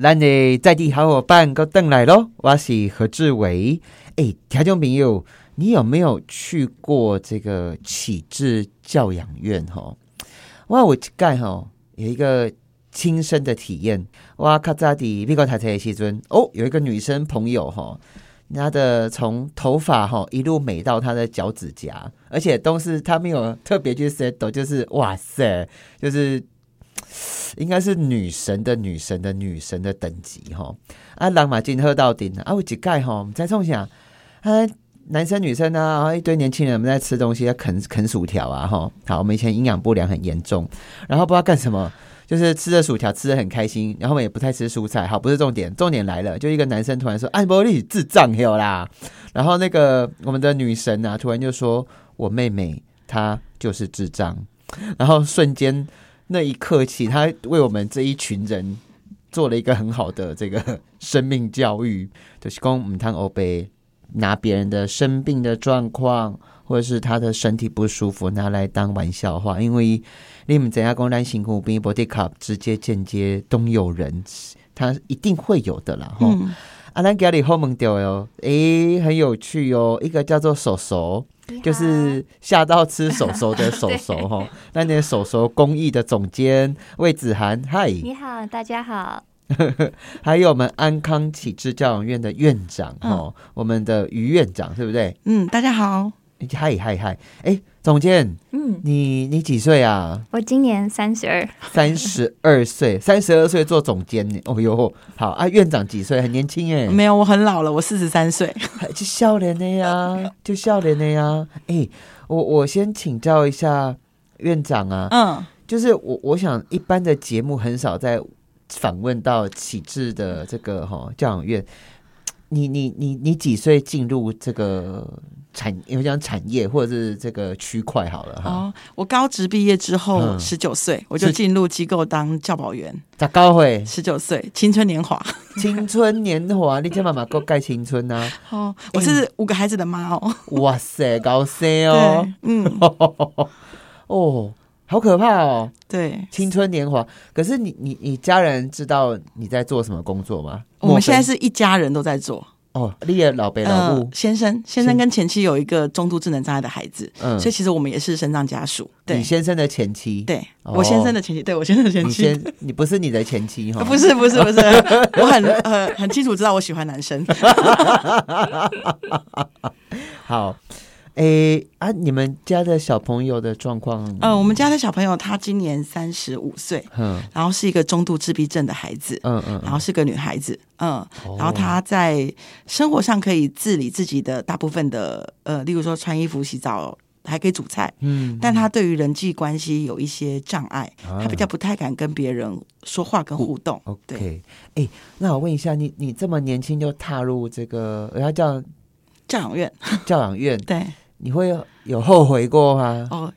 咱的在地好伙伴够邓来喽，我是何志伟。哎，听众朋友，你有没有去过这个启智教养院？哈，哇，我盖哈有一个亲身的体验。哇，卡扎迪美国台台西尊哦，有一个女生朋友哈，她的从头发哈一路美到她的脚趾甲，而且都是她没有特别去 set，就是哇塞，就是应该是女神的女神的女神的等级哈。啊，人嘛真喝到顶啊，我一盖哈，在冲啥？啊，男生女生啊，然后一堆年轻人们在吃东西，在啃啃薯条啊哈。好，我们以前营养不良很严重，然后不知道干什么。就是吃着薯条吃的很开心，然后我们也不太吃蔬菜。好，不是重点，重点来了，就一个男生突然说：“哎，伯利智障有啦。”然后那个我们的女神啊，突然就说：“我妹妹她就是智障。”然后瞬间那一刻起，她为我们这一群人做了一个很好的这个生命教育，就是供我们看欧贝拿别人的生病的状况。或者是他的身体不舒服，拿来当玩笑话，因为你们怎样讲咱辛苦兵 body cup 直接间接都有人，他一定会有的啦。吼、嗯，啊，咱家里后门掉哟，诶，很有趣哦。一个叫做手手，就是吓到吃手手的手啊手吼，那你的手手公益的总监魏子涵，嗨，你好，大家好，还有我们安康启智教养院的院长嗯哦，我们的于院长对不对？嗯，大家好，嗨嗨嗨，诶，总监，嗯，你你几岁啊？ 我今年三十二，三十二岁，三十二岁做总监呢。哦哟，好啊，院长几岁？很年轻哎，没有，我很老了，我四十三岁，还就笑脸的呀，就笑脸的呀。哎，我我先请教一下院长啊，嗯，就是我我想一般的节目很少在访问到启智的这个哈、教养院。你你你你几岁进入这个产，我讲产业或者是这个区块好了哈？哦，我高职毕业之后嗯十九岁，我就是进入机构当教保员，咋高会十九岁，青春年华。 青春年华，你这妈妈够盖青春呐、哦，我哎是五个孩子的妈哦，哇塞，高塞哦，对，嗯， 哦，好可怕哦，对。青春年华。可是你你你家人知道你在做什么工作吗？我们现在是是一家人都在做，哦，你也老北老呃母，，先生，先生跟前妻有一个中度智能障碍的孩子，嗯所以其实我们也是身障家属。你对，先生的前妻，，对，哦我先生的前妻，对我先生的前你妻，啊先你不是你的前妻哈， 不是不 是不是，我很呃很清楚知道我喜欢男生。好。诶啊！你们家的小朋友的状况，呃，我们家的小朋友他今年三十五岁，嗯然后是一个中度自闭症的孩子，嗯嗯，哦然后是个女孩子，嗯，然后她在生活上可以自理自己的大部分的呃，例如说穿衣服、洗澡，还可以煮菜，嗯，啊但她对于人际关系有一些障碍，她比较不太敢跟别人说话跟互动。对， OK，诶，那我问一下，你你这么年轻就踏入这个，人家叫教养院，教养院，对，你会有有后悔过吗？哦，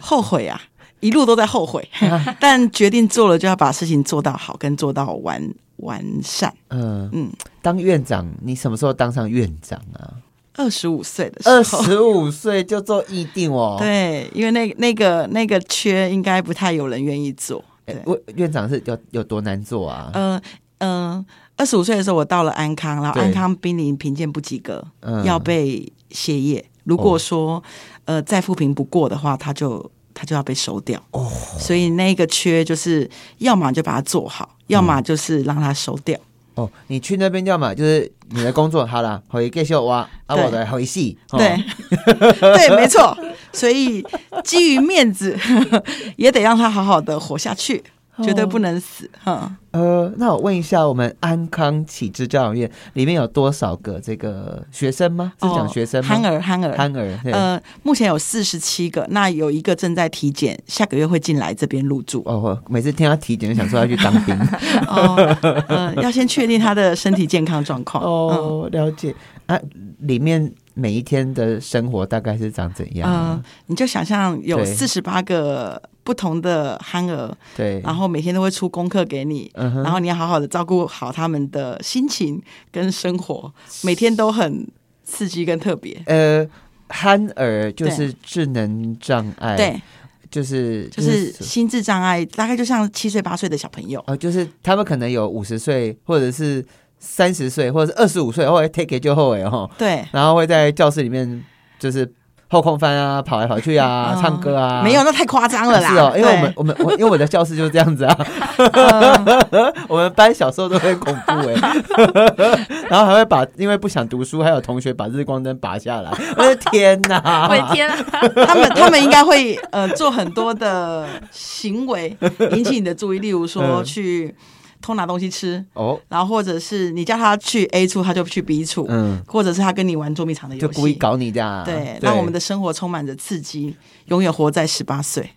后悔啊，一路都在 后悔，但决定做了就要把事情做到好，跟做到完完善。嗯，嗯，当院长，你什么时候当上院长啊？二十五岁的二时候。十五岁就做议定哦。对，因为那那个那个缺应该不太有人愿意做。对诶，，我院长是有有多难做啊？呃呃，二十五岁的时候我到了安康，然后对安康濒临评鉴不及格，嗯要被歇业。如果说、呃再复评不过的话，他就他就要被收掉。哦，所以那个缺就是要么就把它做好，嗯要么就是让它收掉。哦，你去那边要嘛，就是你的工作好 啦，回给秀挖啊，对我来回戏。哦 对，对，没错。所以基于面子， 也得让他好好的活下去，哦绝对不能死。哈、呃，那我问一下，我们安康启智教养院里面有多少个这个学生吗？是讲学生吗？哦憨儿，憨儿，憨儿，对，呃，目前有四十七个，那有一个正在体检，下个月会进来这边入住。哦，我每次听他体检，就想说要去当 兵。哦，呃，要先确定他的身体健康状况。哦，哦，了解啊，里面每一天的生活大概是长怎样啊？呃，你就想象有对四十八个不同的憨儿，对，然后每天都会出功课给你，嗯哼啊然后你要好好的照顾好他们的心情跟生活，每天都很刺激跟特别。呃，憨儿就是智能障碍，对，就是就是心智障碍，大概就像七岁八岁的小朋友。哦，就是他们可能有五十岁，或者是三十岁，或者是二十五岁，后来 take it 就后尾哦，对，然后会在教室里面就是后空翻啊，跑来跑去啊，嗯唱歌啊，没有，那太夸张了啦。是哦，因为我对们我们我因为我的教室就是这样子啊，嗯 我们班小时候都很恐怖哎、 然后还会把因为不想读书，还有同学把日光灯拔下来，我的天哪！我的 天啊，他们他们应该会呃做很多的行为 引起你的注意，例如说嗯去偷拿东西吃，哦，然后或者是你叫他去 A 处，他就去 B 处，嗯，或者是他跟你玩捉迷藏的就游故意戏。搞你这样啊，对，让我们的生活充满着刺激，永远活在十八岁。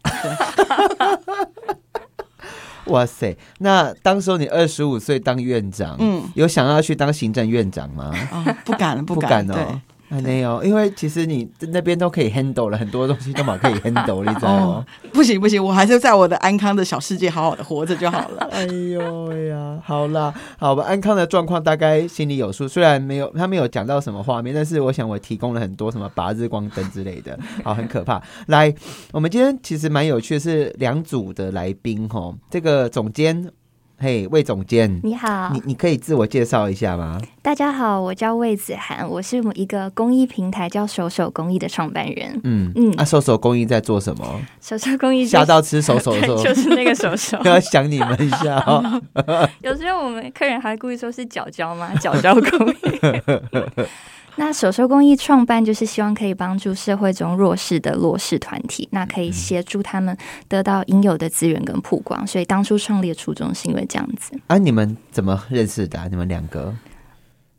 哇塞！那当时候你二十五岁当院长，嗯有想要去当行政院长吗？啊、不敢 了，不不敢，哦。啊没有，因为其实你那边都可以 handle 了，很多东西都嘛可以 handle，你知对，道吗哦？，不行不行，我还是在我的安康的小世界好好的活着就好 了。哎呦喂呀，好啦，好吧，安康的状况大概心里有数，虽然没有他没有讲到什么画面，但是我想我提供了很多什么拔日光灯之类 的，好，很可怕。来，我们今天其实蛮有趣的是两组的来宾吼，这个总监，嘿，魏总监。你好你你可以自我介绍一下吗？大家好，我叫魏子涵，我是一个公益平台叫手手公益的创办人。嗯嗯啊，手手公益在做什么？手手公益吓到吃手手的时候 对，， 就是那个手 。手要想你们一下哦。嗯有时候我们客人还故意说是脚脚嘛，脚脚公益。 那手手公益创办就是希望可以帮助社会中弱势的弱势团体，那可以嗯协助他们得到应有的资源跟曝光。所以当初创立的初衷是因为这样子。啊，你们怎么认识的啊、你们两个，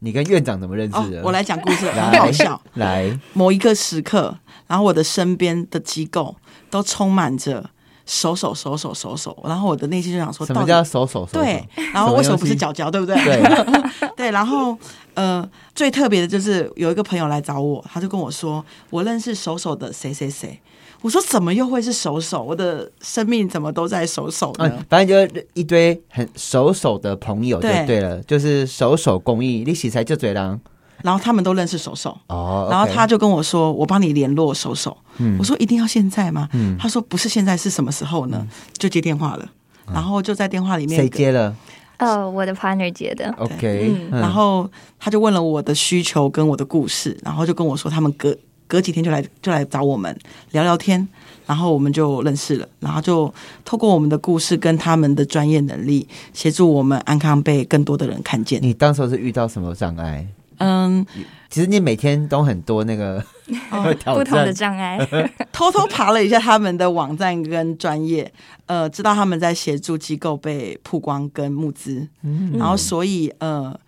你跟院长怎么认哦识的？，我来讲故事， 来很好笑。来，某一个时刻，然后我的身边的机构都充满着手手手手手手，然后我的内心就想说，什么到叫底手手手手？对？然后为什么不是脚脚，对不对？ 对，对然后呃，最特别的就是有一个朋友来找我，他就跟我说，我认识手手的谁谁谁。我说怎么又会是手手？我的生命怎么都在手手呢？嗯，反正就是一堆很手手的朋友就对对了，就是手手公益，你洗才就嘴狼然后他们都认识手手，哦。然后 OK 嗯他就跟我说：“我帮你联络手手。我说：“一定要现在吗？”他说：“不是现在，是什么时候呢？”就接电话了，然后就在电话里嗯面谁，接了哦，我的 partner 接的。 ？OK，嗯然后他就问了我的需求跟我的故事，然后就跟我说他们隔隔几天就来就来找我们聊聊天，然后我们就认识了，然后就透过我们的故事跟他们的专业能力，协助我们安康被更多的人看见。你当时候是遇到什么障碍？嗯，其实你每天都很多那个挑哦 不同的战，障碍， 偷偷爬了一下他们的网站跟专业，呃，知道他们在协助机构被曝光跟募资，然后所以呃，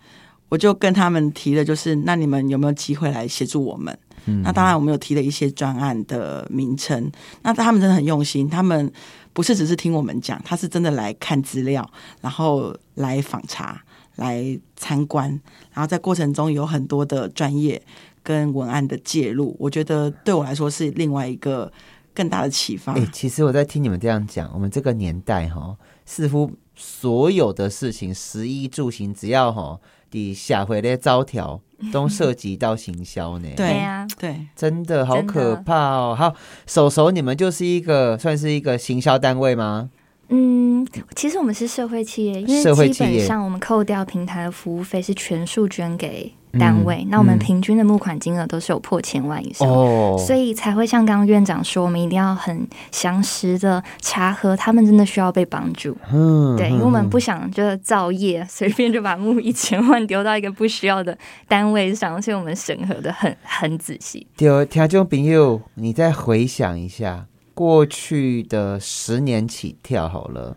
我就跟他们提了，就是那你们有没有机会来协助我们？那当然，我们有提了一些专案的名称。那他们真的很用心，他们不是只是听我们讲，他是真的来看资料，然后来访查、来参观，然后在过程中有很多的专业跟文案的介入，我觉得对我来说是另外一个更大的启发。哎、其实我在听你们这样讲，我们这个年代哈，似乎所有的事情，食衣住行，只要哈底下回的招条，都涉及到行销呢。对对呀、对真的好真的可怕哦！好，手手，你们就是一个算是一个行销单位吗？嗯，其实我们是社会企业，因社会为基企业本上我们扣掉平台的服务费是全数捐给单位，那我们嗯平均的募款金额都是有破千万以上。哦，所以才会像刚刚院长说，我们一定要很详实的查核，他们真的需要被帮助。嗯对，因为我们不想就是造业，随便就把募一千万丢到一个不需要的单位上，所以我们审核的很很仔细。对，听众朋友，你再回想一下过去的十年起跳好了，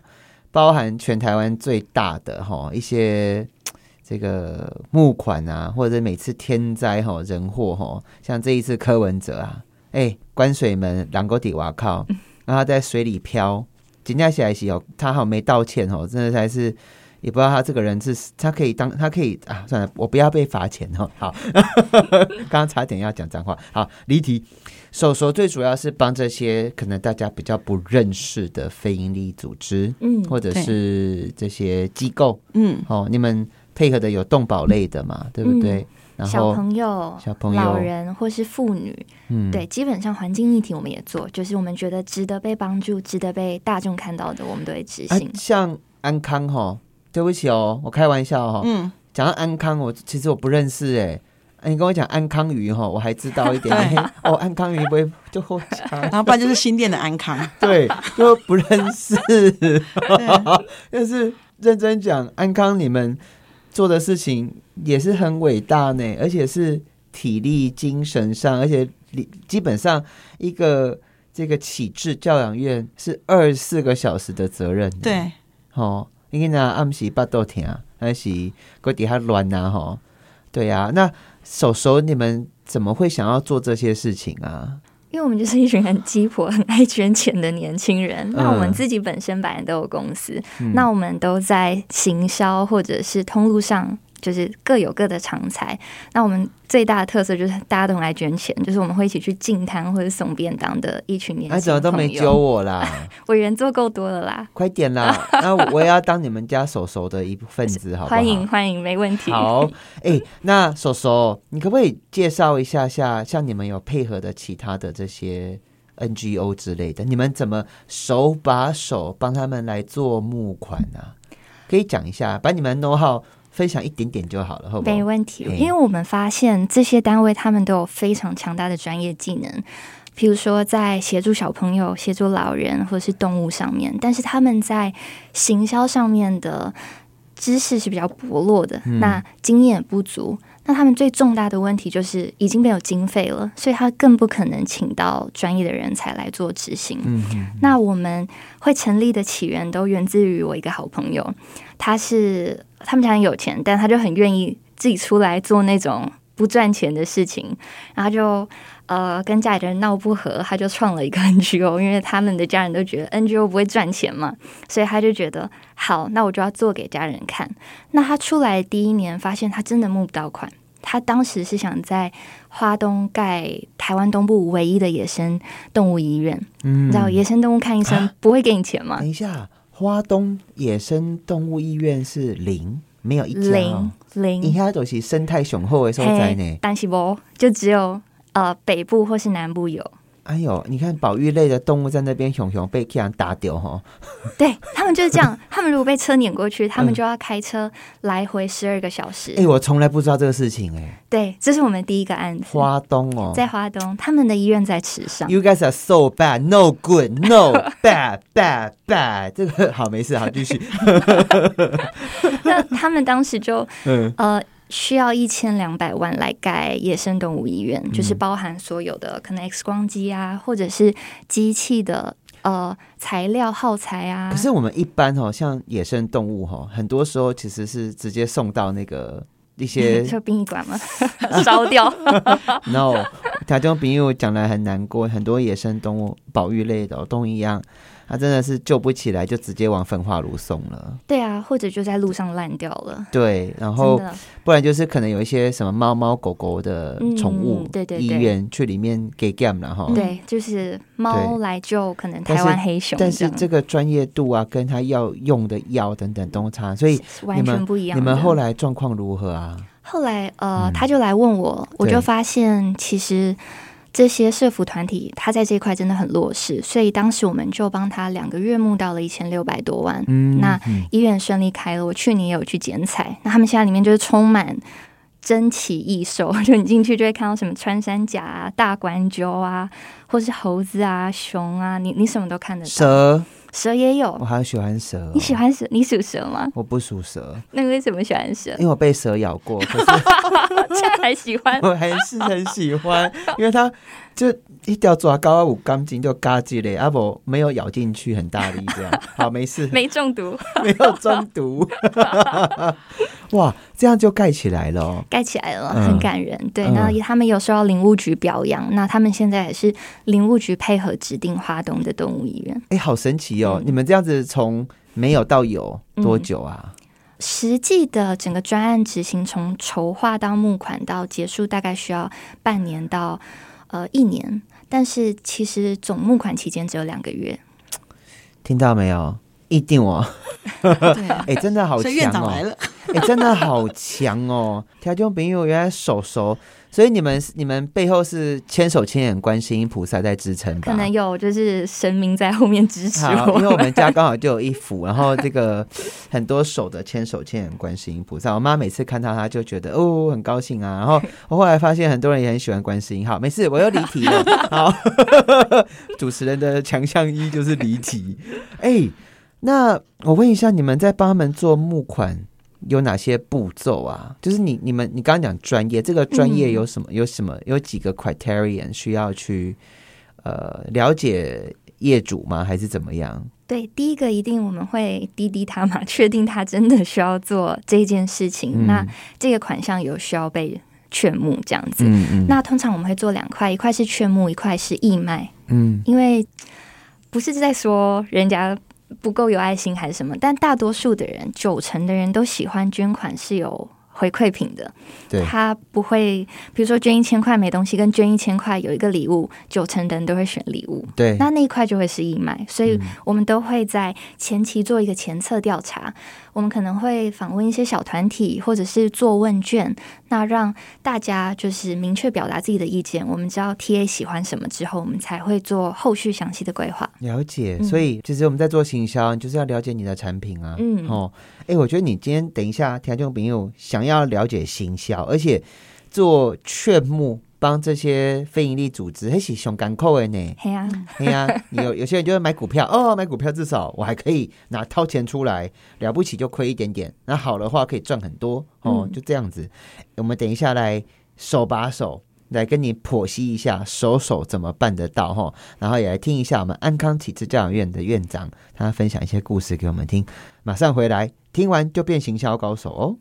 包含全台湾最大的哈一些嘖这个募款啊，或者每次天灾哈人祸哈，像这一次柯文哲啊，哎、关水门狼狗底哇靠，然后他在水里漂，紧接起来是哦，他好没道歉哦，真的才是。也不知道他这个人是，他可以当，他可以啊，算了，我不要被罚钱哦。好，刚刚差点要讲脏话，好离题。手手最主要是帮这些可能大家比较不认识的非营利组织，嗯或者是这些机构嗯，哦，你们配合的有动保类的嘛，对不对？然嗯小后朋友、小朋友老人或是妇女，嗯，对，基本上环境议题我们也做，就是我们觉得值得被帮助、值得被大众看到的，我们都会执啊行。，像安康哈，对不起哦，我开玩笑哦。嗯，讲到安康，我其实我不认识哎、啊你跟我讲安康鱼哦哈，我还知道一 点对点。哦，安康鱼不会就会然后不然就是新店的安康， 对，就不认识。对啊但是认真讲，安康你们做的事情也是很伟大呢，而且是体力、精神上，而且里基本上一个这个启智教养院是二十四个小时的责任。，对，哦，你跟那暗时巴肚疼，还是个底下乱呐，吼，对呀、啊。那手手你们怎么会想要做这些事情啊？因为我们就是一群很鸡婆、很爱捐钱的年 轻人。那嗯我们自己本身本来都有公司，那我们都在行销或者是通路上。就是各有各的长才。那我们最大的特色就是大家都很爱捐钱，就是我们会一起去进摊或者送便当的一群年轻哎、怎么都没朋友揪我啦？我人做够多了啦，快点 啦！那我也要当你们家手手的一份子，好不好？欢迎欢迎，没问题。 好，哎、那手手，你可不可以介绍一下下，像你们有配合的其他的这些 NGO 之类的，你们怎么手把手帮他们来做募款啊？可以讲一下，把你们 know how 分享一点点就好了，好不没好？问题，嗯因为我们发现这些单位他们都有非常强大的专业技能，譬如说在协助小朋友、协助老人或是动物上面，但是他们在行销上面的知识是比较薄弱的，嗯那经验也不足。那他们最重大的问题就是已经没有经费了，所以他更不可能请到专业的人才来做执行。嗯，那我们会成立的起源都源自于我一个好朋友，他是呃他们家很有钱，但他就很愿意自己出来做那种不赚钱的事情，然后就呃跟家里人闹不和，他就创了一个 NGO，因为他们的家人都觉得 NGO 不会赚钱嘛，所以他就觉得好，那我就要做给家人看。那他出来第一年，发现他真的募不到款。他当时是想在花东盖台湾东部唯一的野生动物医院，你知道野生动物看医生不会给你钱吗？等一下，花东野生动物医院是零，没有一家、零哦，你零，看都是生态雄厚的所在呢。但是不就只有呃北部或是南 部有，哎呦，你看保育类的动物在那边熊熊被这样打掉哈，对他们就是这 样，他们如果被车碾过去，他们嗯就要开车来回十二个小时。哎、我从来不知道这个事情哎、对，这是我们第一个案子，花东哦，在花东，他们的医院在池 上。You guys are so bad, no good, no bad, bad, bad。这 个好，没事，好，继 续。那他们当时就嗯，呃需要一千两百万来盖野生动物医嗯院，就是包含所有的可能 X 光机啊，或者是机器的呃材料耗材啊。可是我们一般哦，像野生动物哦，很多时候其实是直接送到那个一些 就殡仪 馆吗？烧掉。 no。台 中朋友讲来很难过，很多野生动物保育类的、哦、动物一样，它真的是救不起来，就直接往焚化炉送了。对啊，或者就在路上烂掉了。对，然真后的，不然就是可能有一些什么猫猫狗狗的宠物、嗯对对对医院去里面给 game 了哈。对，就是猫来救可能哦但是台湾黑熊样，但是这个专业度啊，跟他要用的药等等都差，所以是完全不一样你的们后来状况如何啊？后来呃，嗯他就来问我，我对就发现其实这些社服团体他在这一块真的很弱势，所以当时我们就帮他两个月募到了一千六百多万。嗯那医院顺利开了，我去年也有去剪彩，那他们现在里面就是充满。珍奇异兽， 就你进去就会看到什么穿山甲啊、大冠鸠啊，或是猴子啊、熊啊，你你什么都看得到。蛇，蛇也有我，好喜欢蛇哦、你喜欢蛇？你属蛇吗？我不属 蛇，那你为什么喜欢 蛇？因为我被蛇咬过， 可是现在还喜欢？我还是很喜 欢，因为它就一条爪高五钢筋就嘎叽嘞，阿、啊、伯没有咬进去，很大力 这样。好，没事，没中毒，没有中毒。 哇，这样就盖起来了哦、 盖起来了，嗯很感人。对，嗯那他们有受到林务局表扬，那他们现在也是林务局配合指定花东的动物医院。哎、好神奇哦！嗯你们这样子从没有到有多嗯久啊？实际的整个专案执行，从筹划到募款到结束，大概需要半年到呃一年。但是其实总募款期间只有两 个月，听到没有？一定哦，对， 哎、真的好所以院强长来哦！了，哎、真的好强哦！条件朋友原来手手，所以你们你们背后是千手千眼观世音菩萨在支撑吧？可能有就是神明在后面支持 好，我因为我们。们家刚好就有一幅，然后这个很多手的千手千眼观世音菩萨。我妈每次看到他就觉得哦很高兴啊，然后我后来发现很多人也很喜欢观世音。好，没事，我又离题了。好， 主持人的强项一就是离题。哎、那我问一下，你们在帮他们做募款有哪些步骤啊？就是你你们你刚刚讲专业，这个专业嗯有什么、有什么有几个 criterion 需要去呃了解业主吗？还是怎么样？对，第一个一定我们会滴滴他嘛， 确定他真的需要做这件事情。嗯那这个款项有需要被劝募这样子。嗯嗯那通常我们会做两块，一块是劝募，一块是义卖。嗯因为不是在说人家不够有爱心还是什么，但大多数的人，九成的人都喜欢捐款是有回馈品的。对他不会，比如说捐一千块没东西，跟捐一千块有一个礼物，九成的人都会选礼物。对那那一块就会是义卖，所以我们都会在前期做一个前测调查，我们可能会访问一些小团体，或者是做问卷，那让大家就是明确表达自己的意见。我们知道 TA 喜欢什么之后，我们才会做后续详细的规划。了解，嗯所以其实我们在做行销，你就是要了解你的产品啊。嗯哦，哎，我觉得你今天等一下，听众朋友想要了解行销，而且做劝募，帮这些非营利组织，还是熊干扣的呢。嘿呀、 哎呀、你有有些人就会买股票，哦，买股票至少我还可以拿掏钱出来，了不起就亏一点点，那好的话可以赚很多哦，嗯就这样子。我们等一下来手把手来跟你剖析一下手手怎么办得到哈、哦，然后也来听一下我们安康体制教养院的院长他分享一些故事给我们听。马上回来，听完就变行销高手哦。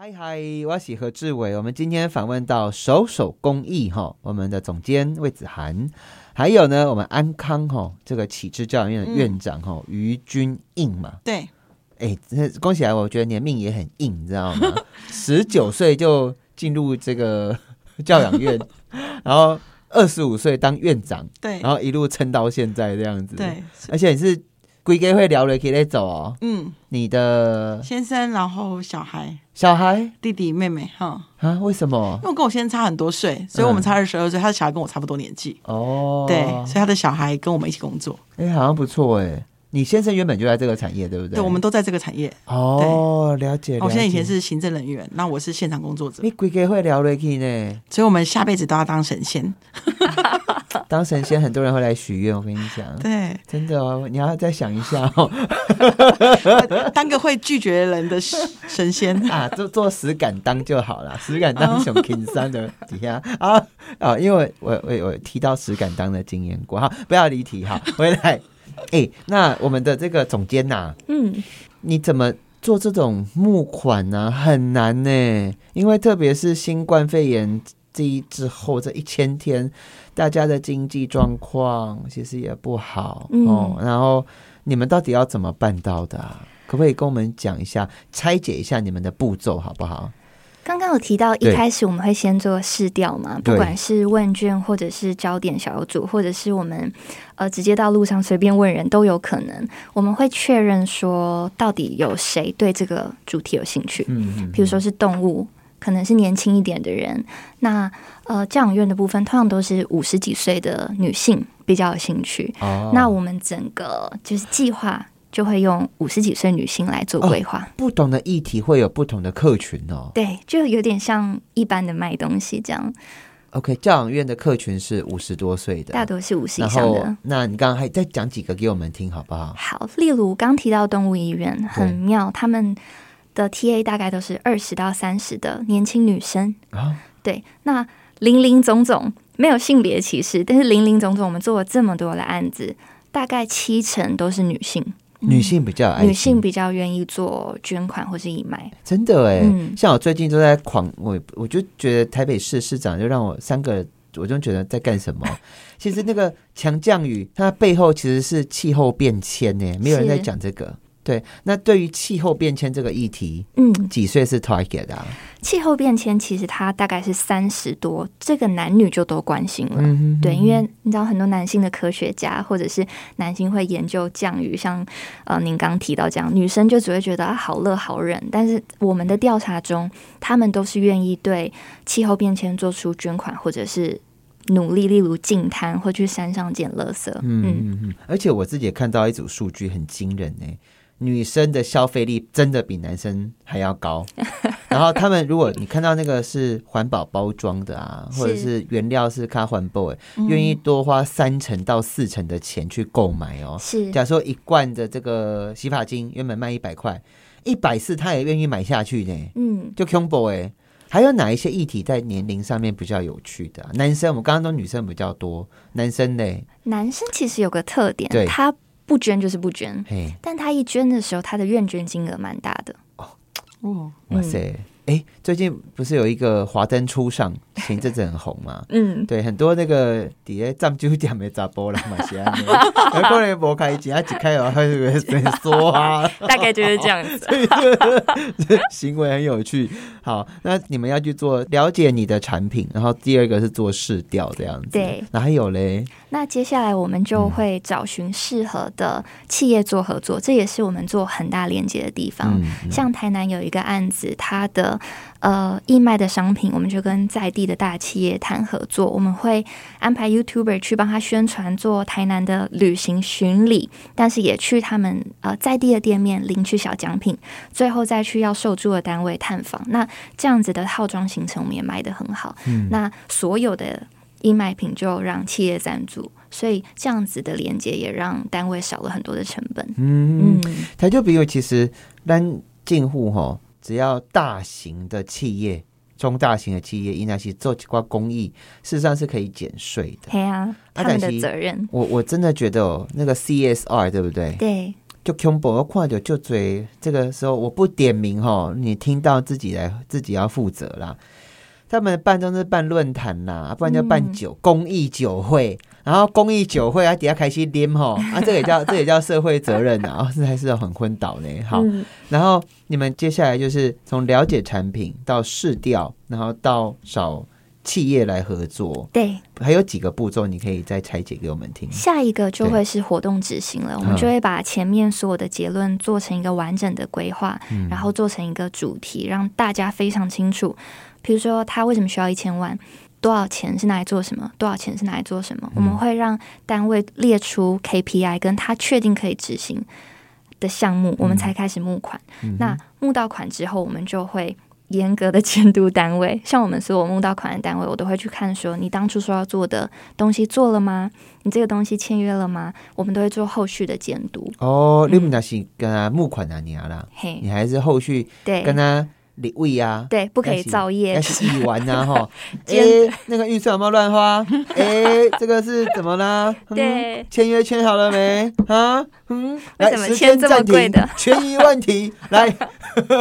嗨嗨，我是何志伟。我们今天访问到手手公益哈，我们的总监魏子涵，还有呢，我们安康哈这个启智教养院的院长哈、嗯于君应嘛。对，哎、真的恭喜啊！我觉得你的命也很硬，你知道吗？十九岁就进入这个教养 院，然后二十五岁当院长，对然，后一路撑到现在这样子。，哎对，是而且你是归根会聊了，可以再走哦。嗯，你的先生，然后小孩，小孩弟弟妹妹，哈，啊？为什么因？为我跟我先生差很多岁，所以我们差二十二岁，他的小孩跟我差不多年纪，嗯哦，对，所以他的小孩跟我们一起工作，哎、好像不错哎。你先生原本就在这个产业，对不对？对，我们都在这个产业。哦，了解。了解我现在以前是行政人员，那我是现场工作者，你鬼给会聊了去 呢，所以我们下辈子都要当神仙。当神仙很多人会来许愿，我跟你讲， 对，真的哦，你要再想一下哦 当个会拒绝人的神仙。 啊，做做实敢当就好了，实敢当熊 king 三的底下啊啊，因为我我我提到实敢当的经验过哈，不要离题哈，回来， 哎、那我们的这个总监呐、嗯，你怎么做这种募款呢、很难呢，因为特别是新冠肺炎这一之后这一千天，大家的经济状况其实也不好、嗯哦。然后你们到底要怎么办到的啊、可不可以跟我们讲一下，拆解一下你们的步骤好不好？刚刚有提到一对开始我们会先做试调嘛，对不管是问卷或者是焦点小组，或者是我们呃直接到路上随便问人都有可能，我们会确认说到底有谁对这个主题有兴趣。嗯嗯比如说是动物，可能是年轻一点的人。那呃，教养院的部分通常都是五十几岁的女性比较有兴趣。哦那我们整个就是计划就会用五十几岁女性来哦做规划。不同的议题会有不同的客群哦。对，就有点像一般的卖东西这样， OK，教养院的客群是五十多岁的，大多是五十以然上后的。，那你刚刚还再讲几个给我们听好不好？好，例如刚提到动物医院，很妙，他们的 TA 大概都是二十到三十的年轻女生，啊、对，那林林总总没有性别歧视，但是林林总总我们做了这么多的案子，大概七成都是女性，女性比较有爱嗯女心性比较愿意做捐款或是义卖。真的哎、嗯像我最近都在狂，我我就觉得台北市市长就让我三个，我就觉得在干什么。 其实那个强降雨，它背后其实是气候变迁呢、没有人在是讲这个。对，那对于气候变迁这个议题，嗯，几岁是 target 啊？气候变迁其实它大概是三十多，这个男女就都关心了。嗯，对，因为你知道很多男性的科学家或者是男性会研究降雨，像呃您刚提到这样，女生就只会觉得啊好热好冷。但是我们的调查中，他们都是愿意对气候变迁做出捐款或者是努力，例如净滩或去山上捡垃圾。嗯，嗯，而且我自己也看到一组数据很惊人呢、女生的消费力真的比男生还要高。 然后他们如果你看到那个是环保包装的啊，是嗯或者是原料是咖环保、欸，愿意多花三成到四成的钱去购买哦。是假如说一罐的这个洗发精原本卖一百块，一百四他也愿意买下去呢、嗯，就 combo 哎、还有哪一些议题在年龄上面比较有趣的啊、男生我们刚刚都女生比较多，男生呢？男生其实有个特点对，他不捐就是不捐，嘿，但他一捐的时候，他的愿捐金额蛮大的。？哦，哇塞，哎、最近不是有一个华灯初上，前阵子很红嘛嗯，对，很多那个底下占酒店的查甫人嘛是安尼， 有可能无开钱，啊一开完他就会先说啊，大概就是这样子。行为很有趣。好，那你们要去做了解你的产品，然后第二个是做试调这样子。对，然后还有嘞，那接下来我们就会找寻适合的企业做合作，这也是我们做很大连接的地方。嗯，像台南有一个案子，它的呃义卖的商品，我们就跟在地的大企业谈合作，我们会安排 YouTuber 去帮他宣传做台南的旅行巡礼，但是也去他们呃在地的店面领取小奖品，最后再去要受助的单位探访。那这样子的套装行程我们也卖得很好。嗯那所有的义卖品就让企业赞助，所以这样子的连接也让单位少了很多的成本。嗯台就比如其实咱进户吼，只要大型的企业、中大型的企业，应该是做几挂公益，事实上是可以减税的。对啊，啊他们但的是责任。我我真的觉得哦，那个 CSR 对不对？对，就 combo 我看就就嘴，这个时候我不点名哈，你听到自己来自己要负责啦。他们办都是办论坛啦，啊不然就办嗯酒、公益酒会，然后公益酒会啊底下开始拎吼，啊这也 叫这也叫社会责任啊，哦这还是很昏倒呢。好，嗯然后你们接下来就是从了解产品到试调，然后到找企业来合作，对，还有几个步骤你可以再拆解给我们听。下一个就会是活动执行了，我们就会把前面所有的结论做成一个完整的规划，然后做成一个主题，让大家非常清楚。比如说，他为什么需要一千万？多少钱是拿来做什么？多少钱是拿来做什么？我们会让单位列出 KPI，跟他确定可以执行的项目，我们才开始募款。嗯那募到款之后，我们就会严格的 监督单位。像我们所有募到款的单位，我都会去看说，你当初说要做的东西做了吗？你这个东西签约了吗？我们都会做后续的监督。哦，你们那是跟他募款啊，你啊啦，嗯嘿你，还是后续对跟他礼物啊，对，不可要以是造业要。是乙玩 呐哈，兼诶，那个预算有没有乱 花？诶，这个是怎么啦？嗯对签约签好了 没？啊，嗯，来为什么时签间这么暂贵停的， 权益问题，来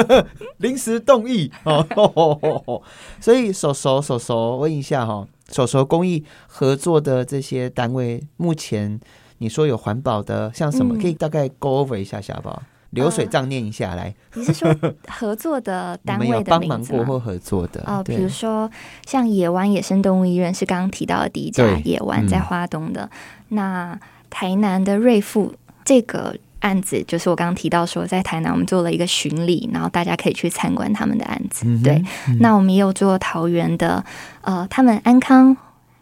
临时动议哦。 所以手手手手问一下哈，手手公益合作的这些单位，目前你说有环保的，像什么，嗯可以大概 go over 一下下好不好？流水呃账念一下来。你是说合作的 你单们有位的帮忙名字过吗或？合作的哦，比对如说像野湾野生动物医院是刚刚提到的第一家对野湾在嗯花东的，那台南的瑞富这个案子，就是我刚刚提到说在台南我们做了一个巡礼，然后大家可以去参观他们的案子。嗯哼对，那我们也有做桃园的，呃，他们安康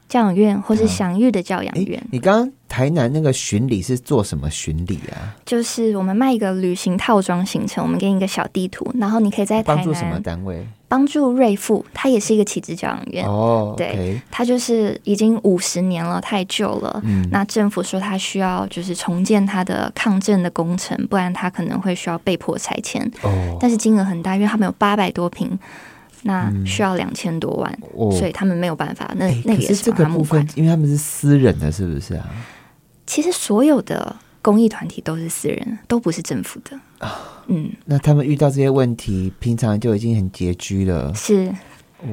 教养院或是享誉的教养院啊诶，你刚刚台南那个巡礼是做什么巡礼啊？就是我们卖一个旅行套装行程，我们给你一个小地图，然后你可以在台帮助什么南单位？帮助瑞富，它也是一个启智教养院。哦，对 OK，它就是已经五十年了，太旧了。嗯，那政府说它需要就是重建它的抗震的工程，不然它可能会需要被迫拆迁。哦，但是金额很大，因为他们有八百多平，那需要两千多万，嗯哦所以他们没有办法。那、诶呃那个可也是这帮他个募部款分。，因为他们是私人的，是不是啊？其实所有的公益团体都是私人，都不是政府的。嗯，啊那他们遇到这些问题，平常就已经很拮据了。是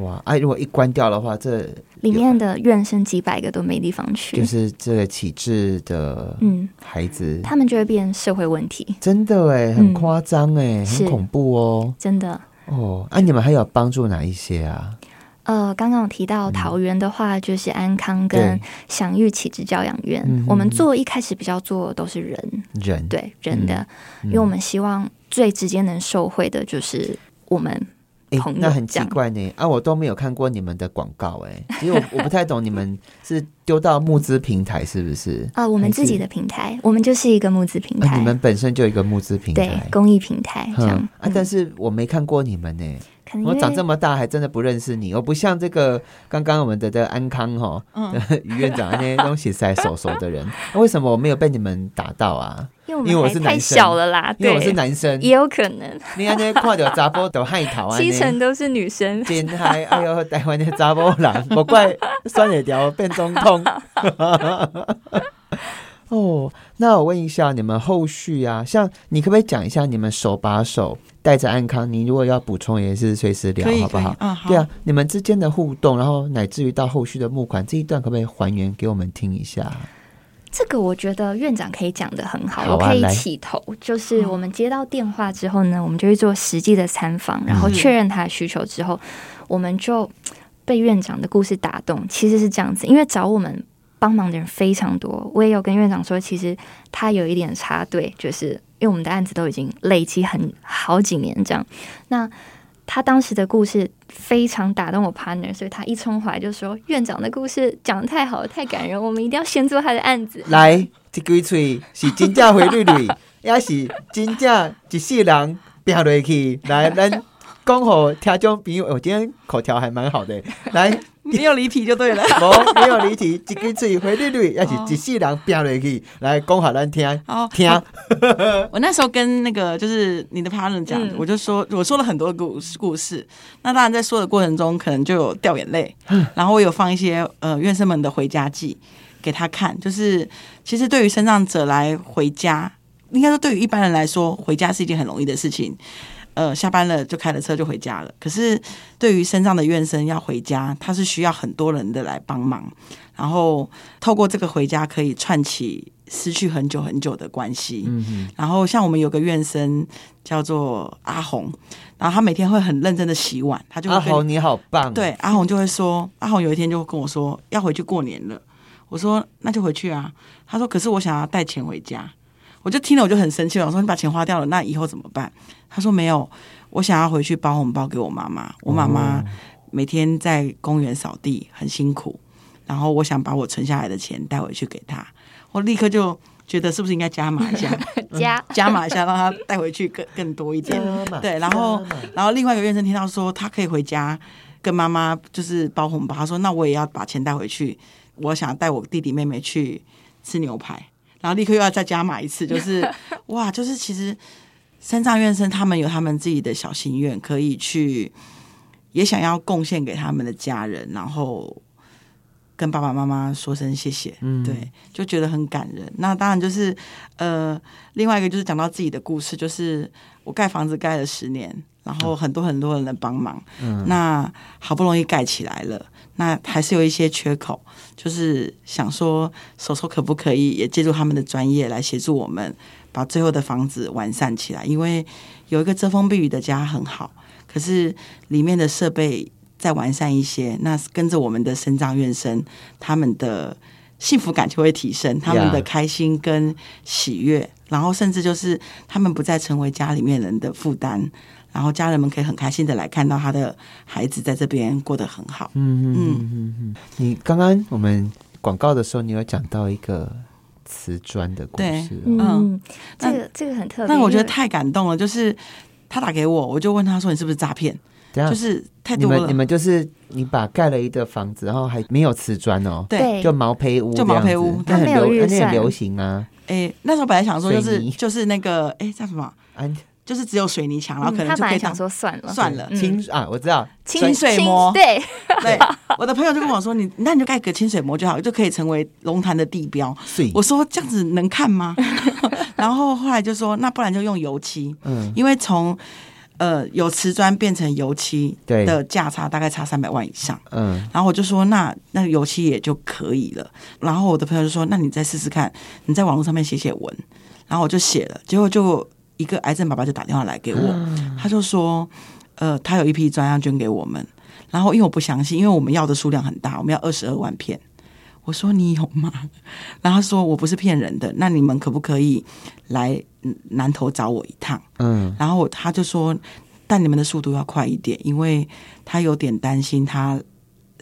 哇！哎、如果一关掉的话，这里面的院生几百个都没地方去，就是这个体制的嗯，孩子，他们就会变社会问题，真的哎，很夸张哎，很是恐怖哦。真的。哦，啊，你们还有帮助哪一些啊？呃，刚刚有提嗯到桃园的话，就是安康跟享誉启智教养院嗯哼，我们做一开始比较做的都是人，人，对人的，嗯因为我们希望最直接能受惠的就是我们诶朋友那很这奇样怪呢。啊，我都没有看过你们的广告哎，其实我我不太懂，你们是丢到募资平台是不是？啊、我们自己的平台，我们就是一个募资平啊，台，你们本身就有一个募资平对台，公益平台这样嗯。啊，但是我没看过你们呢。可能因我为长这么大还真的不认识你，我不像这个刚刚我们的的安康哈，嗯 于院长那些东西在手熟的人，那为什么我没有被你们打到啊？因为我因为我们还是男太生小了啦，因为我是对，男生，也有可能你安尼看到查甫都害头啊安 七成尼。都是女生。真嗨！哎呦，台湾的查某人，不怪酸得条变总统。哦，那我问一下，你们后续啊，像你可不可以讲一下你们手把手带着安康？你如果要补充，也是随时聊可，以好不好可以？嗯好对 啊，你们之间的互动，然后乃至于到后续的募款这一段，可不可以还原给我们听一下？啊这个我觉得院长可以讲的很好，好啊我可以来嗯起头。就是我们接到电话之后呢，我们就去做实际的参嗯访，然后确认他的需求之后，我们就被院长的故事打动。其实是这样子，因为找我们帮忙的人非常多，我也有跟院长说，其实他有一点插队，就是因为我们的案子都已经累积很好几年这样。那他当时的故事非常打动我 partner，所以他一冲回来就说：“院长的故事讲的太好了，太感人，我们一定要先做他的案子。”来，这几嘴是真正回绿 绿，也是真正一世人拼落去。来，咱讲好听众朋友，我、哦今天口条还蛮好的。来，没有离题就对了。无没有离题，一句嘴回绿绿，哦也是一世人拼落去。来，讲好咱听好，听。我那时候跟那个就是你的 partner 讲，嗯我就说我说了很多故事故事。那当然在说的过程中，可能就有掉眼泪，然后我有放一些呃院生们的回家记给他看，就是其实对于身障者来回家，应该说对于一般人来说，回家是一件很容易的事情。呃，下班了就开了车就回家了。可是对于身障的院生要回家，他是需要很多人的来帮忙，然后透过这个回家可以串起失去很久很久的关系。嗯然后像我们有个院生叫做阿红，然后他每天会很认真的洗碗，他就哼，会阿跟红你啊好棒，对，阿红就会说，阿红有一天就跟我说要回去过年了，我说那就回去啊，他说可是我想要带钱回家，我就听了我就很生气了，我说你把钱花掉了，那以后怎么办？他说没有，我想要回去包红包给我妈妈，我妈妈每天在公园扫地很辛苦，然后我想把我存下来的钱带回去给她，我立刻就觉得是不是应该加码一下？加加码一下，让他带回去更更多一点。加码对，然后加码然后另外一个院生听到说他可以回家跟妈妈就是包红包，他说那我也要把钱带回去，我想带我弟弟妹妹去吃牛排，然后立刻又要再加码一次，就是 哇，就是其实三藏院生他们有他们自己的小心愿，可以去也想要贡献给他们的家人，然后。跟爸爸妈妈说声谢谢，嗯，对，就觉得很感人。那当然就是，呃，另外一个就是讲到自己的故事，就是我盖房子盖了十年，然后很多很多人的帮忙，嗯，那好不容易盖起来了，那还是有一些缺口，就是想说手手可不可以也借助他们的专业来协助我们把最后的房子完善起来，因为有一个遮风避雨的家很好，可是里面的设备再完善一些，那跟着我们的生长院生，他们的幸福感就会提升，他们的 Yeah 开心跟喜悦，然后甚至就是他们不再成为家里面人的负担，然后家人们可以很开心的来看到他的孩子在这边过得很好。嗯嗯嗯，你刚刚我们广告的时候，你有讲到一个瓷砖的故对事、哦，嗯嗯，这个这个很特别。但我觉得因为太感动了，就是他打给我，我就问他说你是不是诈骗，等一下就是太啊你多们你了。们就是你把盖了一个房子，然后还没有瓷砖哦，对，对就毛坯屋这就样子，毛坯屋那很哎它没有流，预那很算流行啊，哎、那时候本来想说就是水泥就是那个哎、叫什么，安就是只有水泥墙，然后嗯可能他就本可来以想当说算了，算了。嗯清啊，我知道，清水模对，对， 我的朋友就跟我说，你那你就盖个清水模就好，就可以成为龙潭的地 标。水，我说这样子能 看吗？然后后来就说，那不然就用油漆，嗯因为从呃有瓷砖变成油漆对的价差大概差三百万以上。嗯，然后我就说那那油漆也就可以了。然后我的朋友就说那你再试试看，你在网络上面写写文。然后我就写了，结果就一个癌症爸爸就打电话来给我，他就说呃他有一批专案捐给我们。然后因为我不相信，因为我们要的数量很大，我们要二十二万片。我说你有吗？然后他说我不是骗人的，那你们可不可以来嗯南投找我一趟？嗯，然后我他就说，但你们的速度要快一点，因为他有点担心他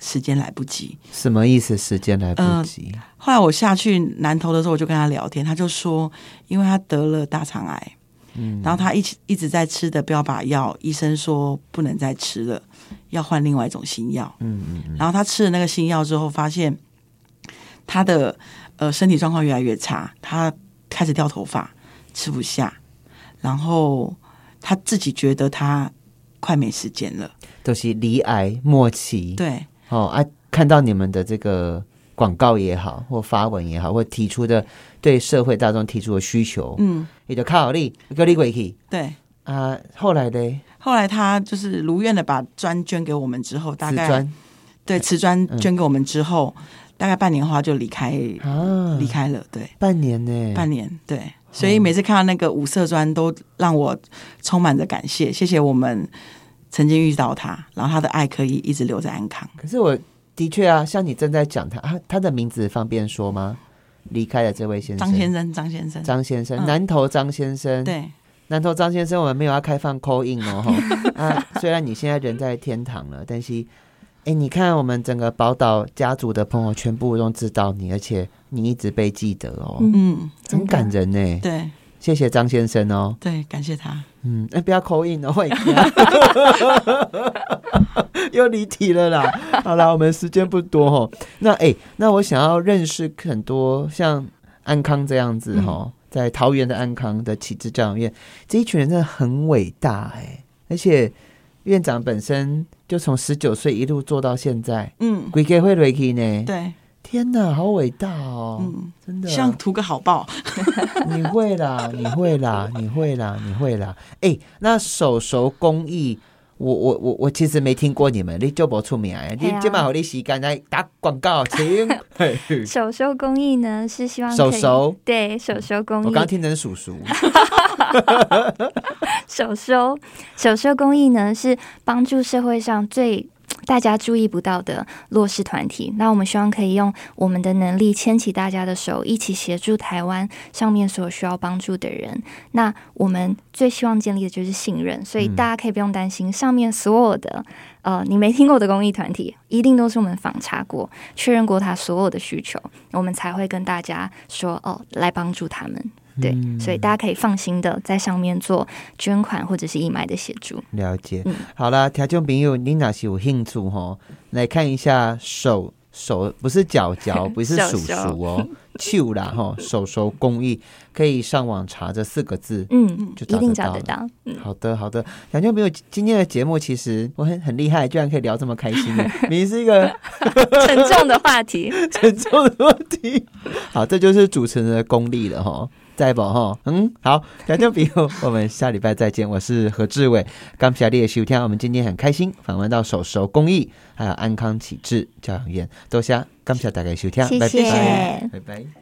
时间来不及。什么意思？时间来不及，后来我下去南投的时候，我就跟他聊天，他就说，因为他得了大肠癌，嗯，然后他一直一直在吃的标靶药，医生说不能再吃了，要换另外一种新药，嗯嗯然后他吃了那个新药之后，发现他的呃身体状况越来越差，他开始掉头发，吃不下，然后他自己觉得他快没时间了，都是离癌末期，嗯对哦啊，看到你们的这个广告也好，或发文也好，或提出的对社会大众提出的需求，嗯，也就靠你，跟你过去对。啊。后来呢，后来他就是如愿的把砖捐给我们之后，大瓷概砖对瓷砖嗯捐给我们之后，大概半年后他就离开啊离，开了，对，半年呢，半年嗯对。所以每次看到那个五色砖，都让我充满着感谢，谢谢我们曾经遇到他，然后他的爱可以一直留在安康。可是我的确啊，像你正在讲他，啊，他的名字方便说吗？离开了这位先生，张先生，张先生，张先生，嗯南投张先生，，对南投张先生，我们没有要开放 call in 哦， 哈啊，虽然你现在人在天堂了，但是，哎，你看我们整个宝岛家族的朋友全部都知道你，而且你一直被记得哦，嗯嗯，很感人呢，对谢谢张先生哦，对，感谢他。嗯，哎、不要口音哦，会 又离题了啦。好啦，我们时间不多哦。那哎、那我想要认识很多像安康这样子哈、嗯哦，在桃园的安康的启智教养院，这一群人真的很伟大哎、而且院长本身就从十九岁一路做到现在，嗯，鬼给会瑞奇呢？对，天哪，好伟大哦！嗯，真的，希望图个好报。你会啦，你会啦，你会啦，你会啦。哎、那手熟工艺，我我我我其实没听过你们，你就不出名哎。你嘿啊今晚好，你时间来打广告，请。嘿手手工艺呢是希望手可以熟，对手手工我艺刚听成叔叔。 手收手收公益呢，是帮助社会上最大家注意不到的弱势团体。那我们希望可以用我们的能力牵起大家的手，一起协助台湾上面所需要帮助的人。那我们最希望建立的就是信任，所以大家可以不用担心，上面所有的呃你没听过的公益团体，一定都是我们访查过、确认过他所有的需求，我们才会跟大家说哦，来帮助他们。对，所以大家可以放心的在上面做捐款或者是义卖的协助。了解。嗯好啦，条件朋友，你哪是有兴趣吼？来看一下手手，不是脚脚，不 是手叔手叔哦，手啦吼，手熟工艺可以上网查这四个字。嗯，就一定找找得得到到。嗯，好的，好的，感觉没有今天的节目，其实我很很厉害，居然可以聊这么开心的，明明是一个嗯沉重的 话题，沉重的问题。 好，这就是主持人的功力了哈。再吧哈，嗯，好，感谢比如我们下礼拜再见。我是何志伟，刚下列收听，我们今天很开心访问到手手公啊益，还有安康启智教养院，多谢感谢大家的收听，谢拜谢拜，拜拜。